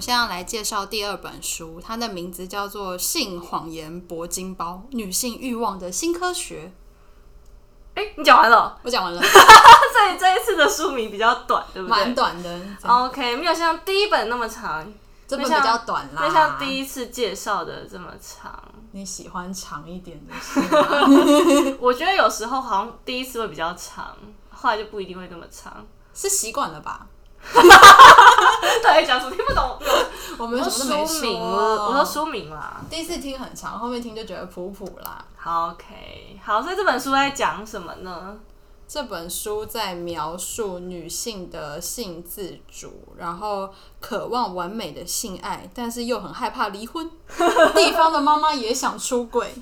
现在来介绍第二本书，它的名字叫做《性谎言铂金包：女性欲望的新科学哎、你讲完了，》。我讲完了，所以这一次的书名比较短，对不蛮对短的， ？OK，没有像第一本那么长，这本没比像较短啦。没像第一次介绍的这么长。你喜欢长一点的书 吗，我觉得有时候好像第一次会比较长，后来就不一定会那么长。是习惯了吧？到底讲什么听不懂？我我们说什么都没书名，说我说书名啦。第一次听很长，后面听就觉得普普啦。好，OK，好，所以这本书在讲什么呢？这本书在描述女性的性自主，然后渴望完美的性爱，但是又很害怕离婚。 地方的妈妈也想出轨。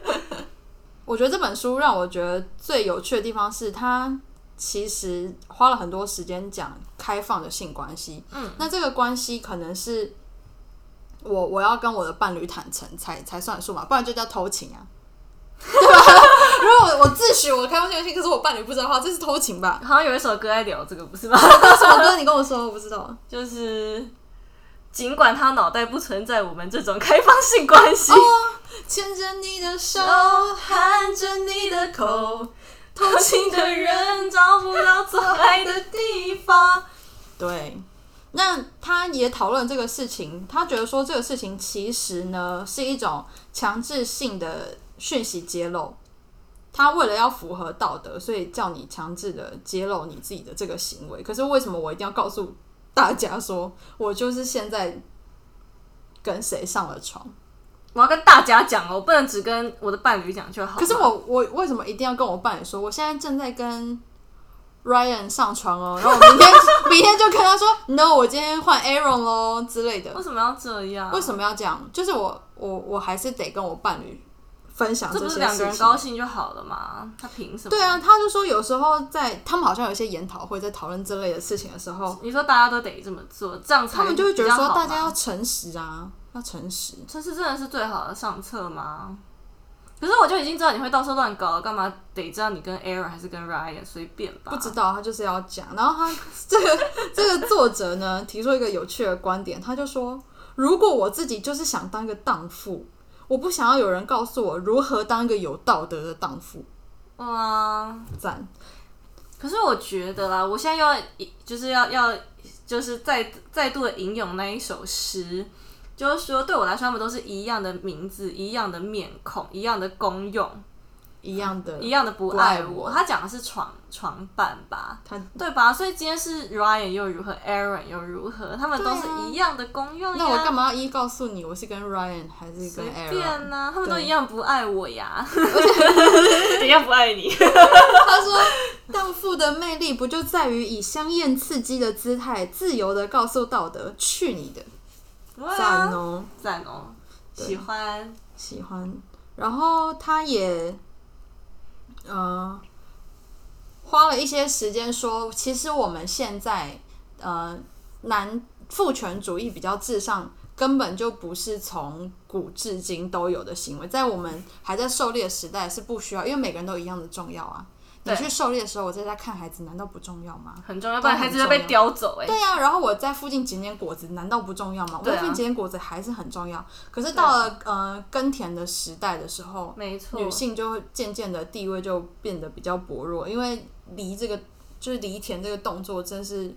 我觉得这本书让我觉得最有趣的地方是，它其实花了很多时间讲开放的性关系。嗯，那这个关系可能是我我要跟我的伴侣坦诚才才算数嘛，不然就叫偷情啊。 对吧？如果我自诩我开放性关系，可是我伴侣不知道的话，这是偷情吧？好像有一首歌在聊这个，不是吗？ 什么歌？你跟我说，我不知道。就是尽管他脑袋不存在我们这种开放性关系，哦牵着你的手，含着你的口，偷情的人找不到做爱的地方。对，那他也讨论这个事情，他觉得说这个事情其实呢是一种强制性的讯息揭露。他为了要符合道德，所以叫你强制的揭露你自己的这个行为。可是为什么我一定要告诉大家说，我就是现在跟谁上了床？ 我要跟大家讲哦，我不能只跟我的伴侣讲就好。可是我我为什么一定要跟我伴侣说，我现在正在跟 Ryan 上床哦，然后我明天 明天就跟他说，No，我今天换 Aaron 咯之类的为。什么要这样？为什么要这样？就是我我我还是得跟我伴侣分享这不些是事两个情人。高兴就好了吗？他凭什么？对啊，他就说有时候在他们好像有一些研讨会，在讨论这类的事情的时候，你说大家都得这么做，这样才他们就会觉得比较说好大家要吧诚实啊，要诚实。这是真的是最好的上策吗？可是我就已经知道你会到处乱搞，干嘛得知道你跟 Aaron 还是跟 Ryan 随便吧？不知道，他就是要讲。然后他 这个这个作者呢，提出一个有趣的观点，他就说，如果我自己就是想当一个荡妇，我不想要有人告诉我如何当一个有道德的荡妇。哇！赞，可是我觉得啦，我现在又要就是要要就是再再度的引用那一首诗，就是说对我来说，他们都是一样的名字、一样的面孔、一样的功用、一样的， 一样的不不爱爱我我。他讲的是床床伴吧？他对吧？所以今天是 Ryan 又如何，Aaron 又如何，他们都是对啊一样的功用呀。那我干嘛要一一告诉你我是跟 Ryan 还是啊随跟 Aaron？便啊呐、他们都对一样不爱我呀， 一样不爱你。他说，荡妇的魅力不就在于以香艳刺激的姿态，自由的告诉道德，去你的，赞赞哦，哦，赞哦，喜欢。喜欢。然后他也，呃，花了一些时间说，其实我们现在，呃，男父权主义比较至上。根本就不是从古至今都有的行为，在我们还在狩猎时代是不需要，因为每个人都一样的重要啊。你对去狩猎的时候，我在家看孩子，难道不重要吗？很重要，不然都很孩子就被重要叼走哎、对呀、然后我在附近捡点果子，难道不重要吗？我对在啊附近捡点果子还是很重要。可是到了呃耕田的时代的时候，没错，女性就会渐渐的地位就变得比较薄弱，因为犁这个就是犁田这个动作，真是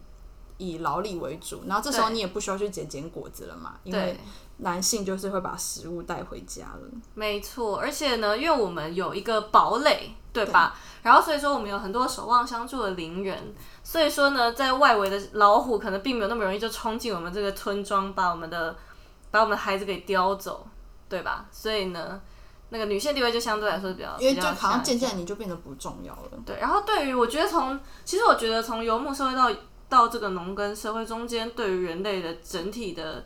以劳力为主。然后这时候对你也不需要去捡捡果子了嘛，因为对，男性就是会把食物带回家了。没错。而且呢，因为我们有一个堡垒，对吧？然后所以说我们有很多守望相助的邻人，所以说呢，在外围的老虎可能并没有那么容易就冲进我们这个村庄，把我们的把我们的孩子给叼走，对吧？所以呢，那个女性地位就相对来说比较，因为哦比就较好像下渐渐你就变得不重要了。对，然后对于我觉得从，其实我觉得从游牧社会到到这个农耕社会中间，对于人类的整体的，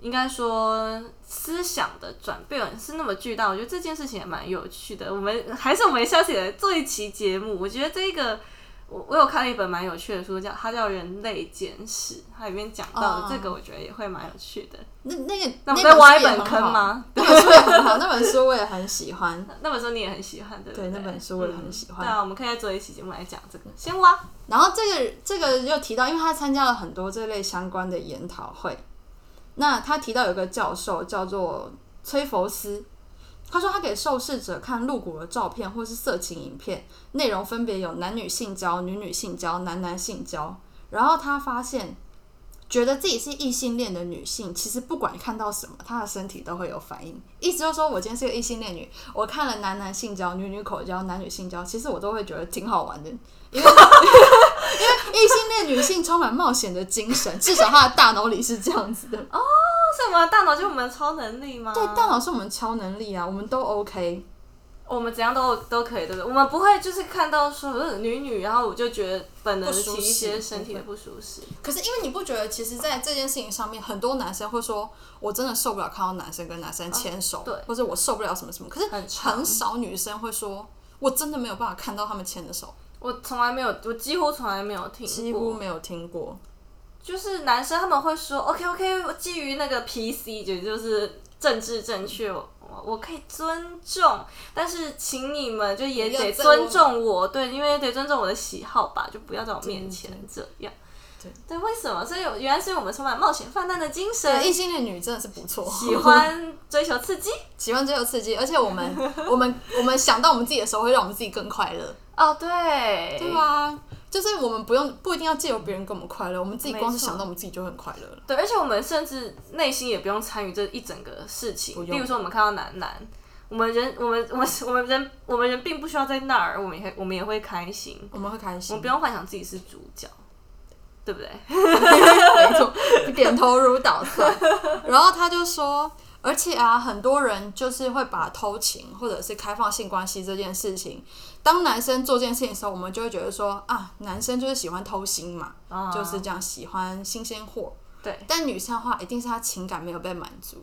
应该说思想的转变是那么巨大，我觉得这件事情也蛮有趣的。我们还是我们下次也来做一期节目，我觉得这个。我我有看了一本蛮有趣的书，叫它叫《人类简史》，它里面讲到的这个，我觉得也会蛮有趣的。那哦那个那我本们再挖一书也本很好啊坑？吗？那本书也很好，那本书我也很喜欢。那那本书你也很喜欢，对不对对，那本书我也很喜欢嗯对啊，我们可以再做一期节目来讲这个。先挖，然后这个这个又提到，因为他参加了很多这类相关的研讨会，那他提到有个教授叫做崔佛斯，他说他给受试者看露骨的照片或是色情影片，内容分别有男女性交、女女性交、男男性交。然后他发现，觉得自己是异性恋的女性，其实不管看到什么，她的身体都会有反应。意思就是说我今天是个异性恋女，我看了男男性交、女女口交、男女性交，其实我都会觉得挺好玩的，因为因为异性恋女性充满冒险的精神，至少她的大脑里是这样 子的。那是我们的大脑就是我们的超能力吗？对，大脑是我们超能力啊，我们都 OK。我们怎样都都可以，对不对？我们不会就是看到说呃女女，然后我就觉得本能不的舒起适一些身体的不舒适。可是因为你不觉得，其实，在这件事情上面，很多男生会说，我真的受不了看到男生跟男生牵手，对或者我受不了什么什么。可是很长哦很少女生会说，我真的没有办法看到他们牵的手，我从来没有，我几乎从来没有听过，几乎没有听过。就是男生他们会说 OK OK，基于那个 PC，也就是政治正确，我我可以尊重，但是请你们就也不要得在我尊重我，对，因为得尊重我的喜好吧，就不要在我面前这样。对对，为什么？所以原来是因为我们充满冒险泛滥的精神对，，异性恋女真的是不错，喜欢追求刺激。 喜欢追求刺激，而且我们我们我们想到我们自己的时候，会让我们自己更快乐，哦，对，对啊，就是我们不用不一定要借由别人给我们快乐，我们自己光是没错想到我们自己就很快乐了。对，而且我们甚至内心也不用参与这一整个事不情。用例如说，我们看到男男，我们人，我们我们我们人，我们人并不需要在那儿，我们也会我们也会开心，我们会开我心们不，用幻想自己是主角，对不对？没错， 点头如捣蒜。然后他就说，而且啊，很多人就是会把偷情或者是开放性关系这件事情，当男生做这件事情的时候，我们就会觉得说啊，男生就是喜欢偷腥嘛，啊就是这样喜欢新鲜货。对，但女生的话，一定是她情感没有被满足。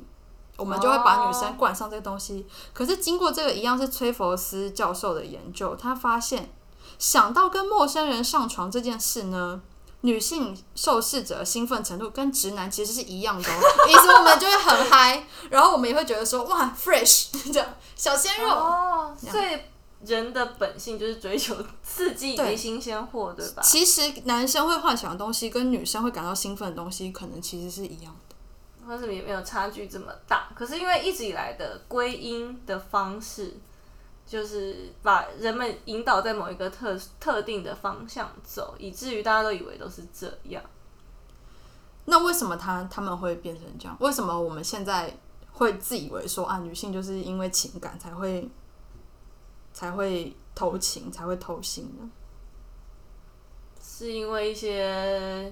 我们就会把女生冠上这个东西。可是经过这个一样是崔佛斯教授的研究，他发现想到跟陌生人上床这件事呢，女性受试者兴奋程度跟直男其实是一样的、哦，因此我们就会很嗨，然后我们也会觉得说哇 fresh 这样小鲜肉。哦，所以人的本性就是追求刺激以及对新鲜货，对吧？其实男生会幻想的东西跟女生会感到兴奋的东西，可能其实是一样的。但是也没有差距这么大。可是因为一直以来的归因的方式，就是把人们引导在某一个特特定的方向走，以至于大家都以为都是这样。那为什么他他们会变成这样？为什么我们现在会自以为说啊，女性就是因为情感才会才会偷情，才会偷腥呢？是因为一些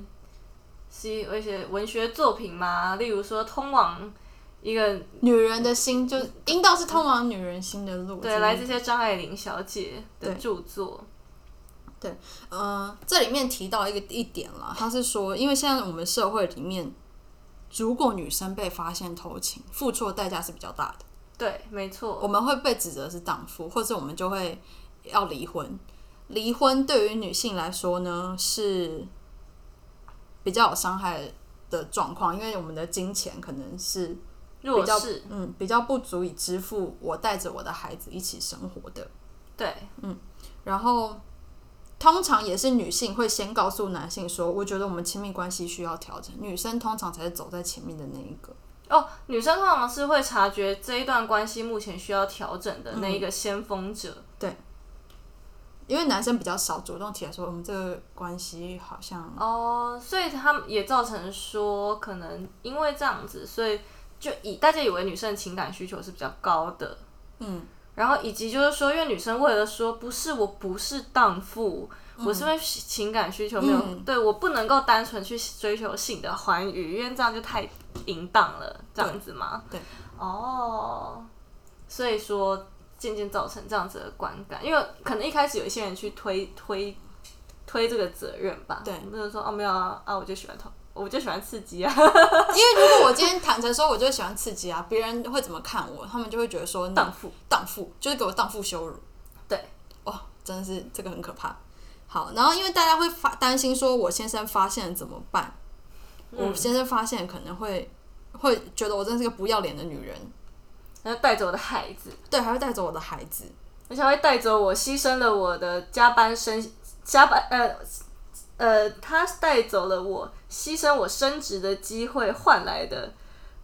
是因为一些文学作品吗？例如说通往一个女人的心就阴道是通往女人心的路。对来自一些张爱玲小姐的对著作，嗯、呃这里面提到一个一点啦，他是说，因为现在我们社会里面，如果女生被发现偷情，付出的代价是比较大的。对，没错。我们会被指责是荡妇，或者我们就会要离婚。离婚对于女性来说呢是比较有伤害的状况，因为我们的金钱可能是弱比较势，嗯比较不足以支付我带着我的孩子一起生活的。对，然后通常也是女性会先告诉男性说，我觉得我们亲密关系需要调整，女生通常才是走在前面的那一个。哦，女生通常是会察觉这一段关系目前需要调整的那一个先锋者，因为男生比较少主动提来说，我们嗯这个关系好像哦，所以他们也造成说，可能因为这样子，所以就以大家以为女生的情感需求是比较高的，嗯，然后以及就是说，因为女生为了说不是我不是荡妇，嗯我是因为情感需求没有，对我不能够单纯去追求性的欢愉，因为这样就太淫荡了，这样子吗？对，哦，所以说渐渐造成这样子的观感，因为可能一开始有一些人去推推推这个责任吧，对不能说哦没有啊啊，我就喜欢痛，我就喜欢刺激啊， 因为如果我今天坦诚说，我就喜欢刺激啊，别人会怎么看我？他们就会觉得说你荡妇，荡妇，就是给我荡妇羞辱。对，哇，真的是这个很可怕。好，然后因为大家会发担心说，我先生发现了怎么办？嗯我先生发现可能会会觉得我真是个不要脸的女人，然后带走我的孩子，对，还会带走我的孩子。而且还会带走我，牺牲了我的加班生加班呃呃，他带走了我，牺牲我升职的机会换来的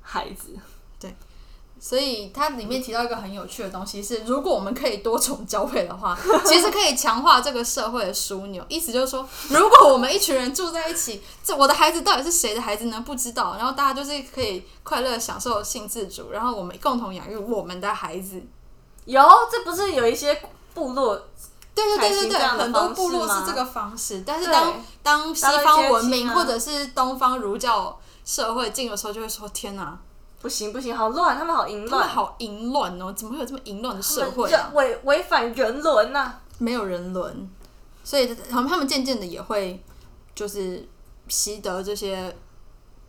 孩子。所以它里面提到一个很有趣的东西是，如果我们可以多重交配的话， 其实可以强化这个社会的枢纽。意思就是说，如果我们一群人住在一起，这我的孩子到底是谁的孩子呢？不知道。然后大家就是可以快乐享受性自主，然后我们共同养育我们的孩子。有，这不是有一些部落对对对对采取这对，样的很多部落方式是吗这个方式，但是对当当西大家会接方文近明啊或者是东方儒教社会进的时候，就会说：天哪，不行不行，好乱，他们好淫他们乱，好淫乱哦！怎么会有这么淫乱的社他们会这啊？违违反人伦呐、啊没有人伦，所以他们他们渐渐的也会就是习得这些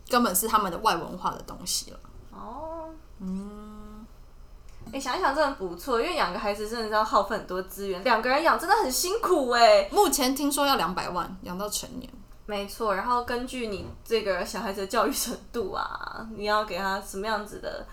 根本是他们的外文化的东西了。哦，嗯，哎、想一想真的不错，因为养个孩子真的是要耗费很多资源，两个人养真的很辛苦哎、目前听说要两百万养到成年，没错，然后根据你这个小孩子的教育程度啊， 你要给他什么样子的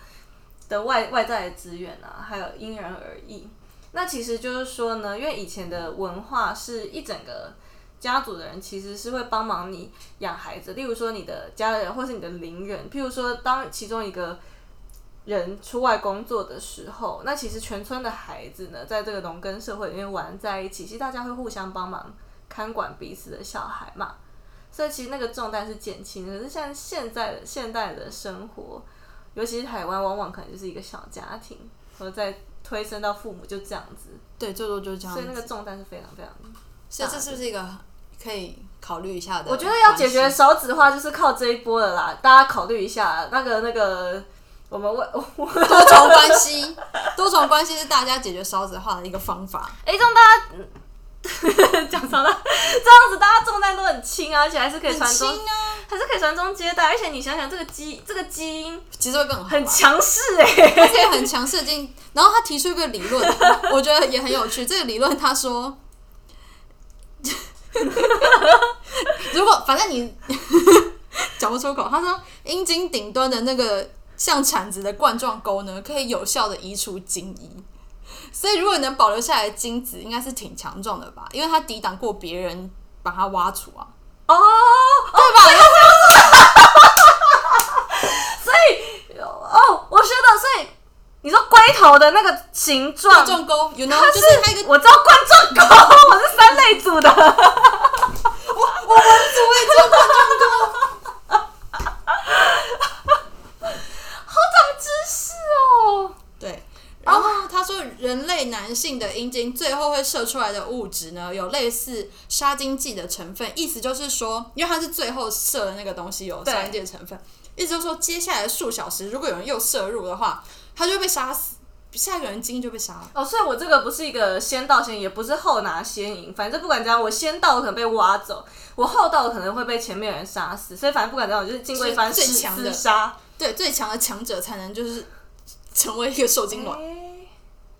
的外外在的资源啊，还有因人而异。那其实就是说呢，因为以前的文化是一整个家族的人其实是会帮忙你养孩子，例如说你的家人或是你的邻人，譬如说当其中一个人出外工作的时候，那其实全村的孩子呢，在这个农耕社会里面玩在一起，其实大家会互相帮忙看管彼此的小孩嘛。所以其实那个重担是减轻的。可是像现在的现代的生活，尤其是台湾，往往可能就是一个小家庭，然后再推升到父母就这样子，对，最多就是这样所以子。那个重担是非常非常。所以这是不是一个可以考虑一下的？我觉得要解决。少子化，就是靠这一波了啦。大家考虑一下，那个那个，我们 为我多重关系，多重关系是大家解决少子化的一个方法。哎，让大家嗯讲长大，这样子大家重担都很轻啊，而且还是可以传宗，很轻啊还是可以传宗接代。而且你想想，这个基这个基因其实会更好吧，啊很强势哎、而且很强势进。然后他提出一个理论， 我觉得也很有趣。这个理论他说， 如果反正你 讲不出口，他说阴茎顶端的那个像铲子的冠状沟呢，可以有效的移除精液。所以，如果能保留下来的精子，应该是挺强壮的吧？因为它抵挡过别人把它挖除啊。哦，对吧？所以哦，我学的，所以你说龟头的那个形状冠，状沟，you know，它就是它一个我知道冠状 沟，我是三类组的，我们组也只有冠状沟。好长知识哦。对，然后他说，人类男性的阴茎最后会射出来的物质呢，有类似杀精剂的成分，意思就是说，因为它是最后射的那个东西有杀精剂的成分，意思就是说，接下来数小时如果有人又摄入的话，他就会被杀死，下一个人精液就被杀了。哦，所以我这个不是一个先到先赢，也不是后拿先赢，反正不管怎样，我先到我可能被挖走，我后到我可能会被前面的人杀死，所以反正不管怎样，我就是经过一番最厮最强的厮杀。对，最强的强者才能就是成为一个受精卵。哎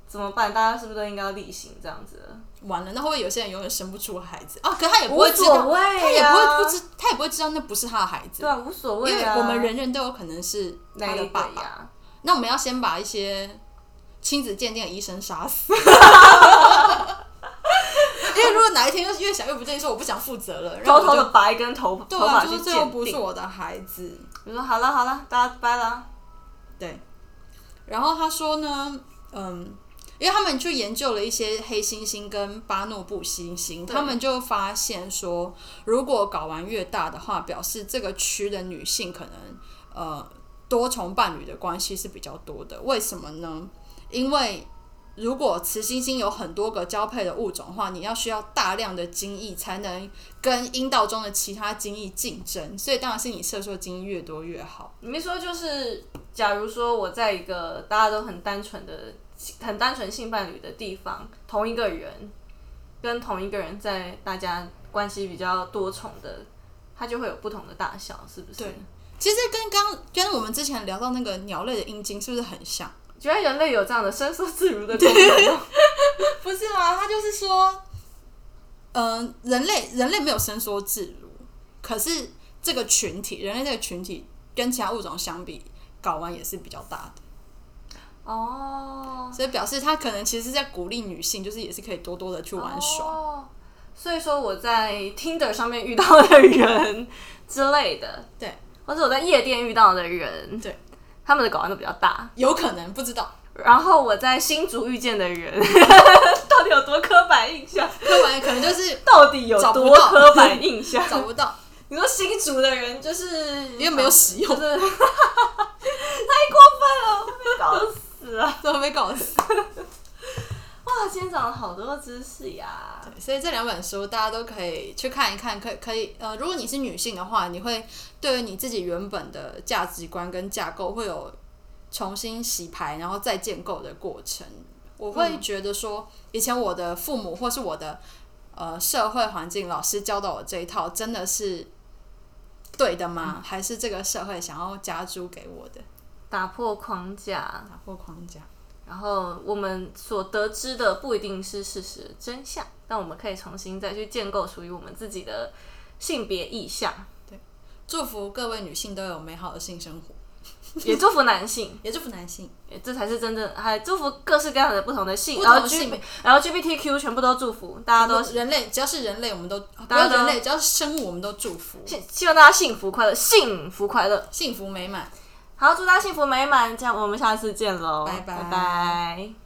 怎么办？大家是不是都应该要例行这样子了？完了，那会不会有些人永远生不出孩子啊？可他也不会知道，无所谓啊他也不会不知，他也不会知道那不是他的孩子对，啊，无所因谓为啊。我们人人都有可能是哪他的一爸个爸。呀？那我们要先把一些亲子鉴定的医生杀死， 因为如果哪一天又越想越不对，说我不想负责了，然后偷我偷就的拔一根头头对啊，发就去是最后鉴不是定。我的孩子，你说好了好了，大家掰了。对。然后他说呢，嗯，因为他们就研究了一些黑猩猩跟巴诺布猩猩，对他们就发现说，如果睾丸越大的话，表示这个区的女性可能呃多重伴侣的关系是比较多的。为什么呢？因为如果雌猩猩有很多个交配的物种的话，你要需要大量的精液才能跟阴道中的其他精液竞争，所以当然是你射出的精液越多越好。你没说就是，假如说我在一个大家都很单纯的、很单纯性伴侣的地方，同一个人跟同一个人在大家关系比较多重的，它就会有不同的大小，是不是？对其实跟刚跟我们之前聊到那个鸟类的阴茎是不是很像？觉得人类有这样的伸缩自 如的功能哦，不是啊，它就是说，嗯、人类人类没有伸缩自如，可是这个群体，人类这个群体跟其他物种相比，睾丸也是比较大的，哦，所以表示它可能其实是在鼓励女性，就是也是可以多多的去玩耍。哦所以说我在 Tinder 上面遇到的人之类的，对，或者我在夜店遇到的人，对，他们的睾丸都比较大。有可能不知道， 然后我在新竹遇见的人，到底有多刻板印 象？刻板可能就是到底有找不多到刻板印象？找不到，你说新竹的人就是因因为没有使用就，是 太过分了，我被搞 死了！都被搞死。哇，啊今天长了好多知识呀！所以这两本书大家都可以去看一看，可以可以呃，如果你是女性的话，你会对于你自己原本的价值观跟架构会有重新洗牌，然后再建构的过程。我会觉得说，以前我的父母或是我的呃社会环境老师教导我这一套，真的是对的吗？还是这个社会想要加诸给我的打破框架，打破啊框架？然后我们所得知的不一定是事实的真相，但我们可以重新再去建构属于我们自己的性别意向，祝福各位女性都有美好的性生活，也祝福男性。也祝福男性。这才是真正，还祝福各式各样的不同的性，不然同的后性 G，然后 GBTQ 全部都祝福，大家都人类，只要是人类，我们都啊不大家要都人类，只要是生物，我们都祝福希希望大家幸福快乐，幸福快乐。幸福美满。好，祝大家幸福美满，这样我们下次见喽，拜拜拜拜